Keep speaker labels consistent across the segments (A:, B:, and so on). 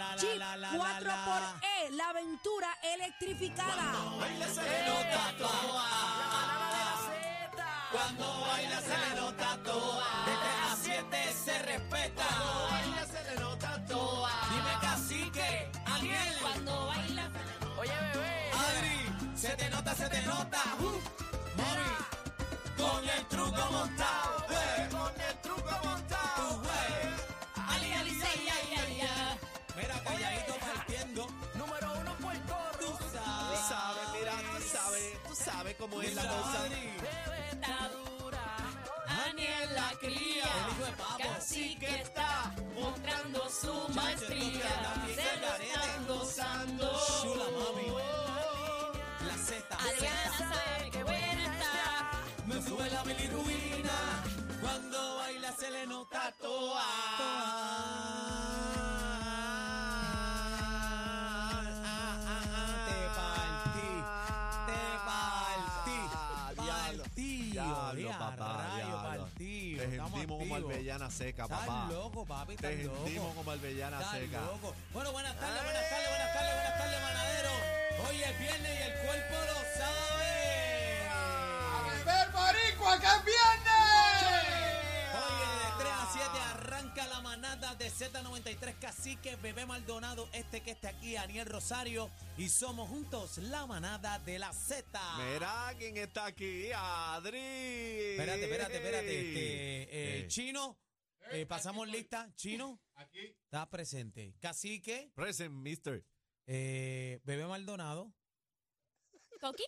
A: la, la,
B: 4
A: la.
B: por E, la aventura electrificada.
C: Baila se le nota toa. Cuando baila se le nota toa. Desde las 7 se respeta. Cuando baila se le nota toa. Dime cacique, Aniel,
D: Cuando baila. Oye, bebé.
C: Adri, se te nota, se te nota. Uh, mami, con el truco montado. Eh. Con el truco montado. Uh. Ali, ali, ay, ay, ay, ay. Mira, calladito partiendo.
D: Número uno, Puerto
C: Tú
D: Rico.
C: sabes.
A: Tú sabes, mira, tú sabes, tú sabes cómo es la
C: Mira,
A: cosa.
C: Adri.
D: Bebé está dura. Aniel la cría.
C: El hijo de papo.
D: Casi que está mostrando su maestría.
C: Chacho, esto
D: Se
C: está
D: lo
C: bien,
D: están
C: garete.
D: gozando. Oh,
C: Chula, mami. La Z.
D: Adriana sabe que buena está.
C: Me sube la bilirruina. Cuando baila se le nota toa. Te partí. Te partí.
A: Ah, diablo.
C: Partido,
A: Diablo,
C: ya,
A: papá,
C: rayo,
A: diablo.
C: partido.
A: Te
C: Estamos
A: hendimos como
C: activos.
A: albellana seca,
C: Estás
A: papá.
C: loco, papi, estás
A: Te
C: loco.
A: hendimos como albellana
C: Estás
A: seca.
C: loco. Bueno, buenas tardes, buenas tardes, buenas tardes, buenas tardes, manadero. Hoy es viernes y el cuerpo lo sabe.
E: ¡Ver marico, acá es
A: ¡Eh!
E: viernes!
C: Hoy de 3 a 7 arranca la manada de Z93 Cacique, Bebé Maldonado, este que está aquí, Daniel Rosario, y somos juntos la manada de la Z.
A: Mira quién está aquí, Adri.
C: Espérate, espérate, espérate. Este, eh,
A: Eh,
C: Chino, eh, pasamos lista. Chino,
E: Aquí.
C: está presente. Cacique,
A: Present, mister.
C: eh, Bebé Maldonado.
D: Coqui.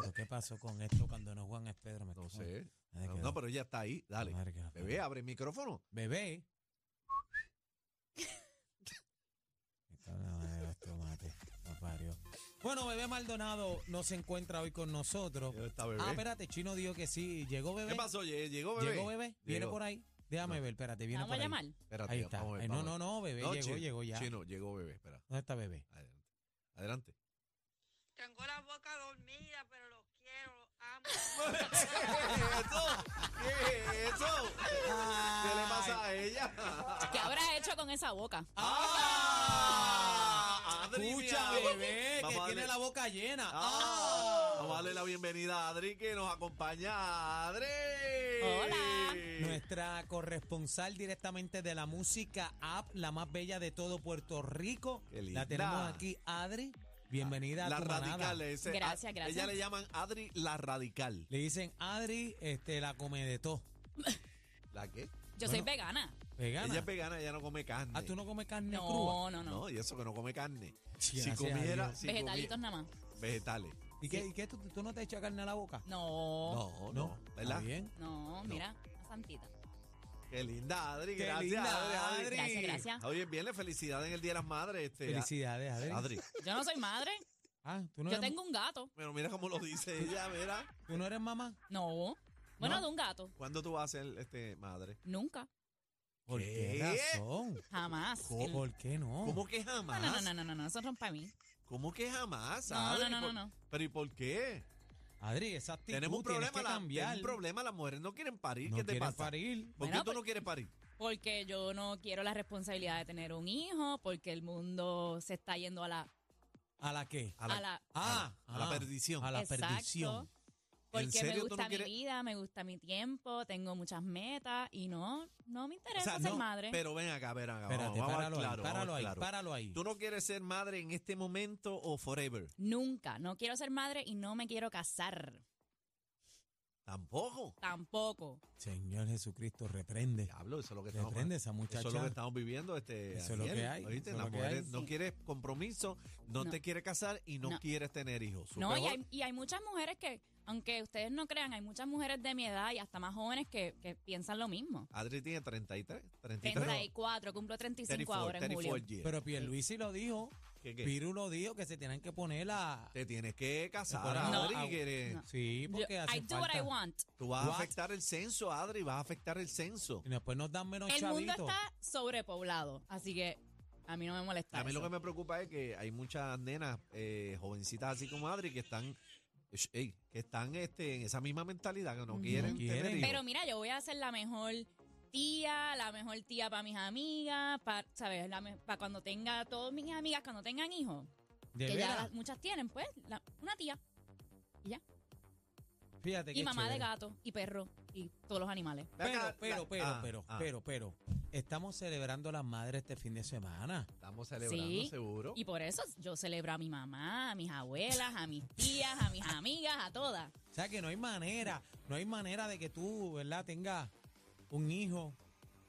C: ¿Pero qué pasó con esto cuando no Juan es Pedro? Me
A: No
C: cago en-
A: sé.
C: Ay, qué-
A: No, pero ya está ahí. Dale.
C: Madre que la-
A: Bebé, abre el micrófono.
C: Bebé. Está la madre de los tomates, la parió. Bueno, Bebé Maldonado no se encuentra hoy con nosotros.
A: ¿Dónde está bebé?
C: Ah, espérate, Chino dijo que sí. Llegó Bebé.
A: ¿Qué pasó? Lle- Llegó bebé.
C: Llegó Bebé. Viene
A: Llegó.
C: por ahí. Déjame
A: No.
C: ver, espérate, viene
D: Vamos a
C: por ahí.
D: llamar.
A: Espérate,
C: Ahí está.
A: vamos a ver,
C: Eh, no,
A: vamos
C: no,
A: a ver.
C: no, Bebé
A: No,
C: llegó,
A: chino,
C: llegó ya.
A: Chino, llegó bebé, espera.
C: ¿Dónde está Bebé?
A: Adelante. Adelante.
F: Tengo la boca dormida, pero los quiero, los
A: eso?
F: amo.
A: ¿Qué es eso? ¿Qué le pasa a ella?
D: ¿Qué habrá hecho con esa boca?
A: ¡Ah! Adri, mi
C: Escucha,
A: amor.
C: Bebé,
A: Vamos
C: que
A: a
C: tiene
A: darle-
C: la boca llena.
A: Ah,
C: ¡Ah!
A: Vamos a darle la bienvenida a Adri que nos acompaña. Adri.
D: Hola.
C: Nuestra corresponsal directamente de la música app, la más bella de todo Puerto Rico.
A: Qué
C: La
A: linda.
C: tenemos aquí, Adri. Bienvenida a
A: La
C: tu manada.
A: radical. ese-
D: Gracias,
A: a-
D: gracias.
A: Ella le llaman Adri la radical.
C: Le dicen Adri, este, la come de todo.
A: ¿La qué?
D: Yo soy
C: Bueno.
D: vegana.
C: Vegana.
A: Ella es vegana, ella no come carne.
C: Ah, tú no comes carne crúa.
D: No, no, no.
A: No, y eso que no come carne. si
C: Gracias a
A: comiera,
C: Dios.
A: si
D: Vegetalitos nada más.
A: comi- vegetales.
C: ¿Y qué, y qué tú, tú no te echas carne a la boca?
D: No.
A: No, no,
C: ¿Está
A: ¿verdad?
C: bien?
D: No, mira, una santita.
A: Qué linda, Adri.
C: Qué
A: gracias,
C: linda,
A: Adri, Adri.
D: Gracias, gracias.
A: Oye, bien, le felicidad en el Día de las Madres. Este,
C: Felicidades, Adri.
A: Adri.
D: Yo no soy madre.
C: Ah, ¿tú no,
D: Yo
C: eres,
D: tengo un gato.
A: Pero mira cómo lo dice ella, mira.
C: ¿tú no eres mamá?
D: No. Bueno,
C: No.
D: de un gato.
A: ¿Cuándo tú vas a ser este, madre?
D: Nunca.
C: ¿Por qué,
A: ¿Qué?
C: razón?
D: Jamás. El- No,
C: ¿Por qué no?
A: ¿Cómo que
D: no,
A: jamás?
D: no, no, no, no, no, eso es para mí.
A: ¿Cómo que jamás?
D: No,
A: Adri?
D: no, no, no,
A: ¿Por-
D: no.
A: ¿Pero y por qué?
C: Adri, esa actitud
A: tenemos un
C: tienes
A: problema,
C: que
A: la-
C: cambiar.
A: tenemos un problema, las mujeres no quieren parir.
C: No
A: ¿Qué te
C: quieren
A: pasa?
C: parir.
A: ¿Por
D: Bueno,
A: qué tú
D: pues-
A: no quieres parir?
D: Porque yo no quiero la responsabilidad de tener un hijo, porque el mundo se está yendo a la...
C: ¿A la qué?
A: A la-
D: a la-
C: Ah,
A: a la perdición.
C: A la
D: Exacto.
C: perdición.
A: ¿En
D: Porque me
A: serio tú
D: gusta
A: no quieres-
D: mi vida, me gusta mi tiempo, tengo muchas metas y no, no me
A: O
D: interesa
A: sea,
D: ser
A: no,
D: madre.
A: Pero ven acá, ven acá.
C: Espérate,
A: vamos,
C: páralo
A: a claro,
C: ahí, páralo
A: vamos
C: ahí,
A: claro.
C: páralo ahí.
A: ¿Tú no quieres ser madre en este momento o forever?
D: Nunca, no quiero ser madre y no me quiero casar.
A: Tampoco.
D: Tampoco.
C: Señor Jesucristo, reprende.
A: Diablo, eso es lo que estamos
C: Reprende esa muchacha.
A: Eso es lo que estamos viviendo. Este,
C: Eso es lo
A: Daniel,
C: que hay,
A: ¿oíste?
C: eso es
A: Las
C: lo que
A: mujeres
C: hay.
A: no
D: Sí.
A: quieres compromiso, no,
D: No.
A: te quieres casar y no,
D: No.
A: quieres tener hijos. Su
D: No, y
A: peor-
D: hay, y hay muchas mujeres que, aunque ustedes no crean, hay muchas mujeres de mi edad y hasta más jóvenes que, que piensan lo mismo.
A: Adri tiene 33, 33.
D: 34, cumplo 35 ahora en
A: 34
D: julio.
A: years.
C: Pero Pierluisi lo dijo,
A: ¿Qué, qué?
C: Piru lo dijo, que se tenían que poner la...
A: Te tienes que casar,
C: ponen-
A: Adri.
C: No.
A: que eres-
D: No.
C: Sí,
D: Yo-
C: porque hace
D: I do what I
C: falta.
D: want.
A: Tú vas
C: What?
A: a afectar el censo, Adri. Vas a afectar el censo.
C: Y después nos dan menos
D: El mundo
C: chavitos.
D: está sobrepoblado, así que a mí no me molesta.
A: A mí lo
D: eso.
A: que me preocupa es que hay muchas nenas eh, jovencitas así como Adri que están, sh- ey, que están este, en esa misma mentalidad, que no
D: Ujú.
A: quieren,
C: No quieren.
A: tener hijos.
D: Pero mira, yo voy a ser la mejor tía, la mejor tía para mis amigas, para, ¿sabes? Para cuando tenga todas mis amigas, cuando tengan hijos,
C: De
D: que ya
C: veras.
D: las- muchas tienen, pues, la- una tía
C: Fíjate
D: y
C: qué
D: mamá de
C: chévere.
D: gato y perro y todos los animales.
A: Ven acá,
C: Pero, pero,
A: la-
C: pero,
A: ah,
C: pero,
A: ah,
C: pero, pero, estamos celebrando a las madres este fin de semana.
A: Estamos celebrando
D: Sí.
A: seguro.
D: Y por eso yo celebro a mi mamá, a mis abuelas, a mis tías, a mis amigas, a todas.
C: O sea que no hay manera, no hay manera de que tú, ¿verdad?, tengas un hijo.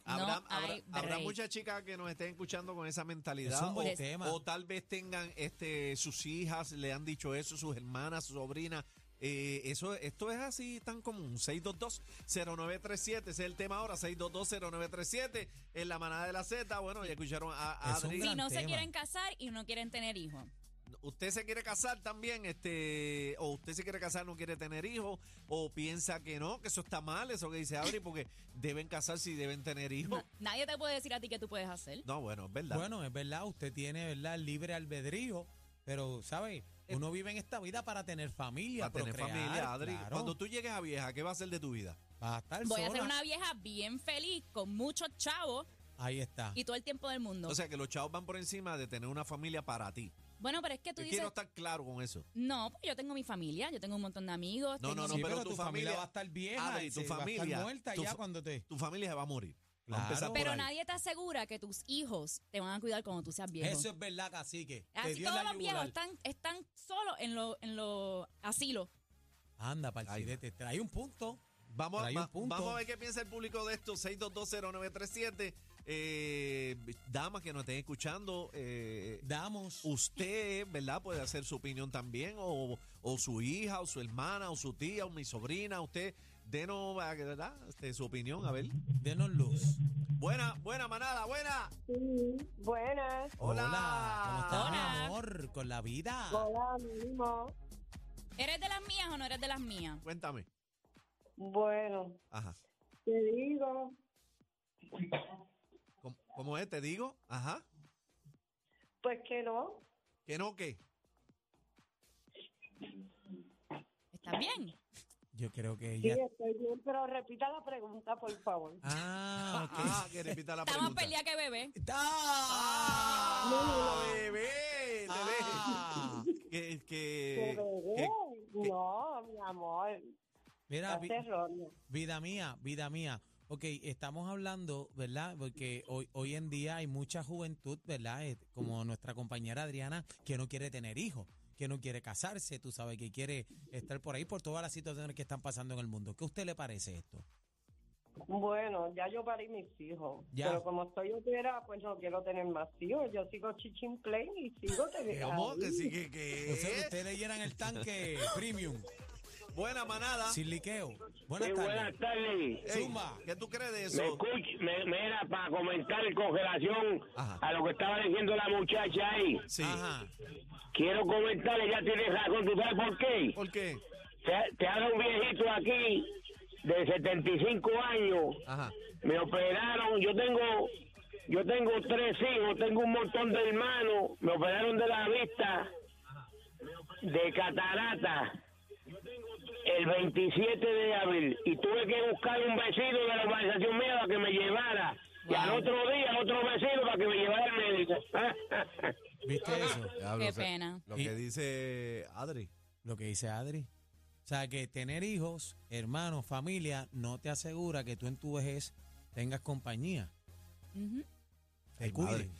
A: Habrá,
D: No
A: habrá-
D: hay
A: habrá
D: break.
A: muchas chicas que nos estén escuchando con esa mentalidad.
C: Es un buen
A: o,
C: tema.
A: o tal vez tengan este, sus hijas, le han dicho eso, sus hermanas, sus sobrinas. Eh, eso, esto es así tan común. 622-0937, ese es el tema ahora. 622-0937 en la manada de la Z. Bueno, ya escucharon a, a
C: Es un
A: Adri.
D: Si
C: gran
D: no se
C: tema.
D: quieren casar y no quieren tener hijos.
A: ¿Usted se quiere casar también? este ¿O usted se quiere casar, no quiere tener hijos? ¿O piensa que no, que eso está mal, eso que dice Adri, porque deben casarse y deben tener hijos?
D: Na- Nadie te puede decir a ti que tú puedes hacer.
A: No, bueno, es verdad.
C: Bueno, es verdad, usted tiene, ¿verdad?, libre albedrío, pero, ¿sabes?
A: Eh,
C: Uno vive en esta vida para tener familia,
A: Para tener
C: procrear,
A: familia, Adri.
C: claro.
A: Cuando tú llegues a vieja, ¿qué va a hacer de tu vida?
C: Vas a estar
D: Voy a ser
C: sola.
D: una vieja bien feliz, con muchos chavos
C: Ahí está.
D: y todo el tiempo del mundo.
A: O sea, que los chavos van por encima de tener una familia para ti.
D: bueno, pero es que tú
A: Yo
D: dices,
A: quiero estar claro con eso.
D: no, pues yo tengo mi familia, yo tengo un montón de amigos.
A: No,
D: tengo
A: no,
C: Sí,
A: no,
D: mi-
A: pero tu
C: tu familia,
A: familia-
C: va a estar vieja
A: Adri,
C: y
A: tu
C: se- va a
A: familia,
C: estar muerta
A: tu
C: ya
A: fa-
C: cuando te...
A: Tu familia se va a morir. Vamos a
C: Claro.
A: empezar por
D: pero
A: ahí.
D: nadie te asegura que tus hijos te van a cuidar cuando tú seas viejo.
C: Eso es verdad, cacique. Te
D: Así
C: dio en
D: todos
C: la
D: los viejos
C: yugular.
D: están, están solos en los en los asilos.
C: Anda,
A: Ahí va.
C: parchidete, trae un punto.
A: Vamos, a-
C: Pero hay
A: va-
C: un punto.
A: vamos a ver qué piensa el público de esto. 6220937. Eh, damas que nos estén escuchando, eh,
C: Damos.
A: usted, ¿verdad? Puede hacer su opinión también, o, o su hija, o su hermana, o su tía, o mi sobrina. Usted, denos, ¿verdad? Este, su opinión, a ver.
C: Denos luz.
A: Buena, buena manada, buena.
G: Buenas.
A: Hola.
C: ¿Cómo estás, mi
D: Hola.
C: amor? Con la vida.
G: Hola, Mimo.
D: ¿Eres de las mías o no eres de las mías?
A: Cuéntame.
G: Bueno,
A: Ajá.
G: te digo,
A: ¿Cómo, cómo es? Te digo. Ajá.
G: pues que no.
A: ¿Que no qué?
D: ¿Estás bien?
C: Yo creo que
G: Sí,
C: ella.
G: estoy bien, pero repita la pregunta, por favor.
C: Ah, ok.
A: Ah, que repita la
D: Estamos
A: pregunta.
D: peleadas que bebé.
A: ¡Ah!
C: Ah.
A: bebé! te
C: Ah.
A: dejo. Que, que,
G: Pero,
A: que-
G: eh, no, mi amor,
C: Mira, vi-
G: estás erróneo.
C: vida mía, vida mía. Ok, estamos hablando, ¿verdad? Porque hoy, hoy en día hay mucha juventud, ¿verdad? Eh, Como nuestra compañera Adriana, que no quiere tener hijos, que no quiere casarse, tú sabes, que quiere estar por ahí por todas las situaciones que están pasando en el mundo. ¿Qué a usted le parece esto?
G: Bueno, ya yo parí mis hijos.
C: Ya.
G: Pero como estoy operada, pues no quiero tener más hijos. Yo sigo chichin play y sigo
A: que-
G: teniendo.
A: ¿Cómo? Que
G: ahí.
A: sí, que, que-
C: O sea, que ustedes le llenan el tanque premium,
A: Buena manada.
C: sin liqueo.
H: Sí,
C: Buenas
H: buenas
C: tardes.
H: tardes.
A: Ey,
C: Zumba.
A: ¿Qué tú crees de
H: Me
A: eso?
H: escuch- me- mira, para comentar con relación
A: Ajá.
H: a lo que estaba diciendo la muchacha ahí,
A: Sí.
C: Ajá.
H: quiero comentarle, ya tiene razón, ¿tú sabes por qué?
A: ¿Por qué?
H: Te, te habla un viejito aquí de 75 años,
A: Ajá.
H: me operaron, yo tengo, yo tengo tres hijos, tengo un montón de hermanos, me operaron de la vista, de catarata, el 27 de abril, y tuve que buscar un vecino de la organización mía para que me llevara, y al otro día otro vecino para que me llevara el médico. ¿eh?
C: ¿Viste eso?
D: Qué pena.
A: Lo
C: Y-
A: que dice Adri.
C: Lo que dice Adri. O sea, que tener hijos, hermanos, familia, no te asegura que tú en tu vejez tengas compañía.
D: Ujú.
C: Te cuiden.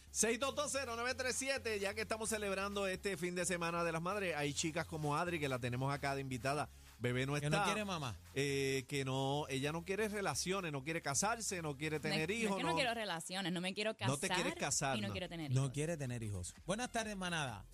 A: 6220937, ya que estamos celebrando este fin de semana de las madres, hay chicas como Adri que la tenemos acá de invitada. Bebé no
C: Que
A: está.
C: no quiere mamá.
A: eh, que no, ella no quiere relaciones, no quiere casarse, no quiere
D: No es-
A: tener
D: no es
A: hijos.
D: que no, quiero relaciones, no me quiero casar.
A: No te quieres casar,
D: Y no,
A: no.
D: quiero tener hijos.
C: No quiere tener hijos. Buenas tardes, manada.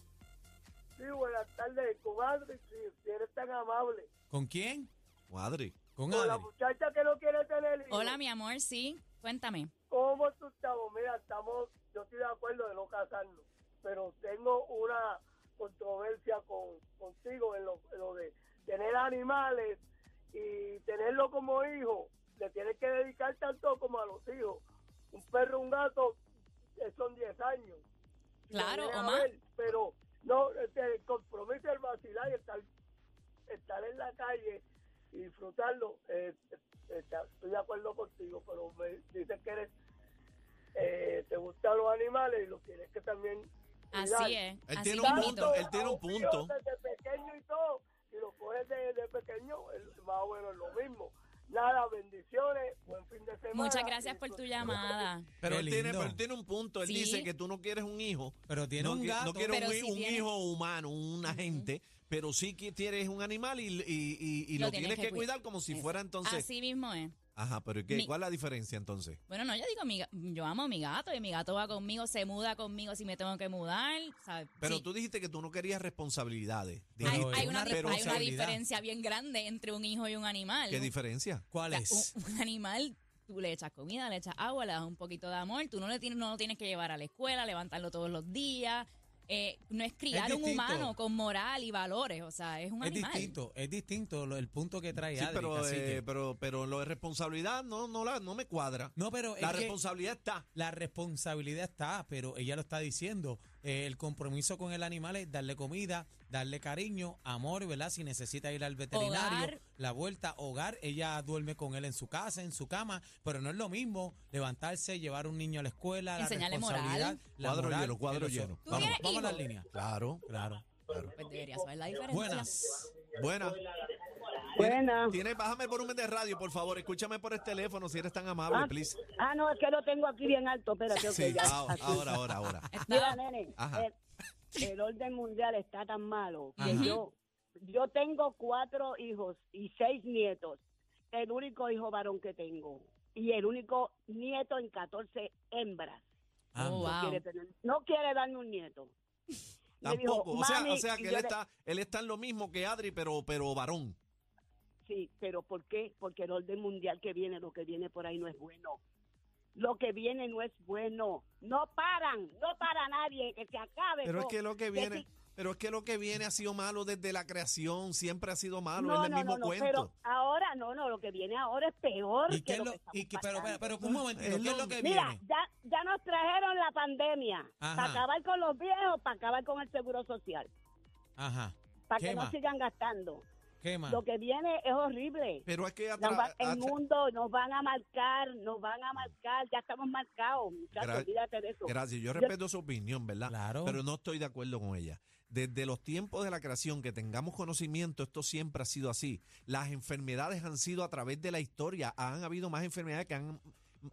I: Sí, buenas tardes, comadre, si, si eres tan amable.
C: ¿Con quién?
A: O Adri.
C: Con
I: Con la
C: Adri.
I: muchacha que no quiere tener hijos.
D: Hola, mi amor, sí. Cuéntame.
I: ¿Cómo tú estamos? Mira, estamos, yo estoy de acuerdo de no casarnos, pero tengo una controversia con, contigo en lo, en lo de tener animales y tenerlo como hijo. Le tienes que dedicar tanto como a los hijos. Un perro, un gato, eh, son 10 años. Si lo
D: Claro,
I: vienes a
D: o más.
I: ver, Pero no, este, el compromiso, el vacilar y estar, estar en la calle y disfrutarlo, eh, este, estoy de acuerdo contigo, pero me dices que eres, eh, te gustan los animales y los tienes que también cuidar.
D: Así es.
A: Él
D: así
A: tiene un
D: mismito.
A: punto, él tiene un
I: Aún tío,
A: punto.
I: Desde pequeño y todo, y lo coges desde pequeño, es más o menos lo mismo. Nada, bendiciones, buen fin de semana.
D: Muchas gracias por tu llamada.
A: Pero
C: Qué
A: él, tiene,
C: lindo.
A: pero él tiene un punto. Él
D: Sí.
A: dice que tú no quieres un hijo.
C: Pero tiene
A: no,
C: un
A: qui-
C: gato.
A: no quieres
D: Pero
A: un, hi-
D: sí
A: un
D: tiene-
A: hijo humano, un agente, pero sí que tienes un animal y, y- y- y lo, tienes que,
D: cuidar.
A: cuidar como si
D: Eso.
A: fuera entonces.
D: Así mismo es.
A: Ajá, pero ¿y qué?
D: Mi-
A: ¿cuál es la diferencia entonces?
D: Bueno, no, yo digo, mi ga- yo amo a mi gato y mi gato va conmigo, se muda conmigo si me tengo que mudar, ¿sabes?
A: Pero
D: Sí.
A: tú dijiste que tú no querías responsabilidades.
D: hay,
A: dijiste.
D: hay una,
C: una
D: di- hay una
C: responsabilidad.
D: diferencia bien grande entre un hijo y un animal.
A: ¿Qué
D: Un-
A: diferencia?
C: ¿Cuál
D: o sea,
C: es?
D: Un, un animal, tú le echas comida, le echas agua, le das un poquito de amor, tú no, le tienes, no lo tienes que llevar a la escuela, levantarlo todos los días. eh, no es criar un
C: distinto.
D: humano con moral y valores, o sea, es un
C: Es
D: animal.
C: distinto, es distinto lo- el punto que trae
A: Sí,
C: Adri,
A: pero,
C: cacique.
A: eh, pero, pero lo de responsabilidad no, no, la, no me cuadra.
C: No, pero
A: la
C: es que
A: responsabilidad está.
C: la responsabilidad está, pero ella lo está diciendo. eh, el compromiso con el animal es darle comida, darle cariño, amor, ¿verdad? Si necesita ir al veterinario,
D: Hogar.
C: la vuelta, hogar, ella duerme con él en su casa, en su cama, pero no es lo mismo levantarse, llevar un niño a la escuela, la
D: Enseñarle
C: responsabilidad,
D: moral.
C: la
A: Cuadro
C: moral,
A: lleno, cuadro
C: el oso-
A: lleno.
D: ¿Tú
C: Vamos,
D: tienes
C: vamos a las
D: hijos?
C: líneas.
A: Claro.
C: Claro.
D: Pues debería saber la diferencia.
C: Buenas.
A: Buena.
G: Buena.
A: Tiene, bájame el volumen de radio, por favor. Escúchame por el teléfono si eres tan amable,
G: Ah,
A: please.
G: ah, no, es que lo tengo aquí bien alto, espérate. ok,
C: Sí,
G: ya,
A: Ah,
G: aquí.
A: ahora, ahora, ahora.
G: Mira, nene,
A: Ajá.
G: el, el orden mundial está tan malo que
C: Ajá.
G: yo, yo tengo cuatro hijos y seis nietos. El único hijo varón que tengo. Y el único nieto en 14 hembras.
C: Ah,
D: Oh, wow.
G: Quiere tener- no quiere darme un nieto. Me dijo,
A: Tampoco. o, sea,
G: "Mami",
A: o sea,
G: y
A: que
G: yo
A: él
G: le-
A: está, él está en lo mismo que Adri, pero, pero varón.
G: Sí, pero ¿por qué? Porque el orden mundial que viene, lo que viene por ahí no es bueno. Lo que viene no es bueno. No paran, no para nadie, que se acabe.
A: Pero es
G: todo.
A: que lo que viene,
G: si-
A: pero es que lo que viene ha sido malo desde la creación, siempre ha sido
C: Ah,
A: malo,
G: no,
A: es el
G: no,
A: mismo
G: no, no,
A: cuento.
G: pero ahora no, no, lo que viene ahora es peor.
C: ¿Y qué
G: que
C: es
G: lo
C: lo,
G: que
C: y
G: estamos
C: qué- pero, pero,
G: pasando.
C: pero un momentito,
A: Es
C: ¿qué
A: lo-
C: es lo que
G: Mira,
C: viene?
G: ya, ya nos trajeron la pandemia
C: Ajá.
G: para acabar con los viejos, para acabar con el seguro social,
C: Ajá.
G: para
C: ¿Qué
G: que no
C: más?
G: sigan gastando.
C: ¿Qué más?
G: Lo que viene es horrible.
A: Pero es que atra-
G: Nos
C: ah,
G: va- el
A: atra-
G: mundo nos van a marcar, nos van a marcar, ya estamos marcados, muchachos,
A: Gra-
G: olvídate de eso.
A: Gracias, yo respeto su opinión, ¿verdad?
C: Claro.
A: Pero no estoy de acuerdo con ella. Desde los tiempos de la creación que tengamos conocimiento, esto siempre ha sido así. Las enfermedades han sido a través de la historia. Han habido más enfermedades que han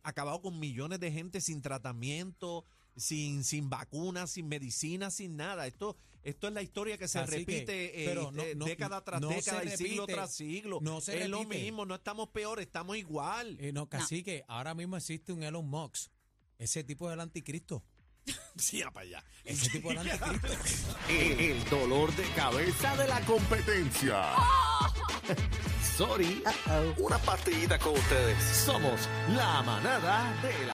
A: acabado con millones de gente sin tratamiento, sin, sin vacunas, sin medicina, sin nada. Esto, esto es la historia que se
C: Así que,
A: repite eh,
C: pero no-
A: eh,
C: no-
A: década tras
C: no se
A: década y siglo
C: repite.
A: tras siglo.
C: No se
A: es lo
C: repite.
A: mismo, no estamos peor, estamos igual.
C: Eh, no, casi que ahora mismo existe un Elon Musk. Ese tipo es el anticristo.
A: Sí, para allá.
C: Ese tipo es el anticristo.
J: El, el dolor de cabeza de la competencia. Sorry. Una partidita con ustedes. Somos la manada de la.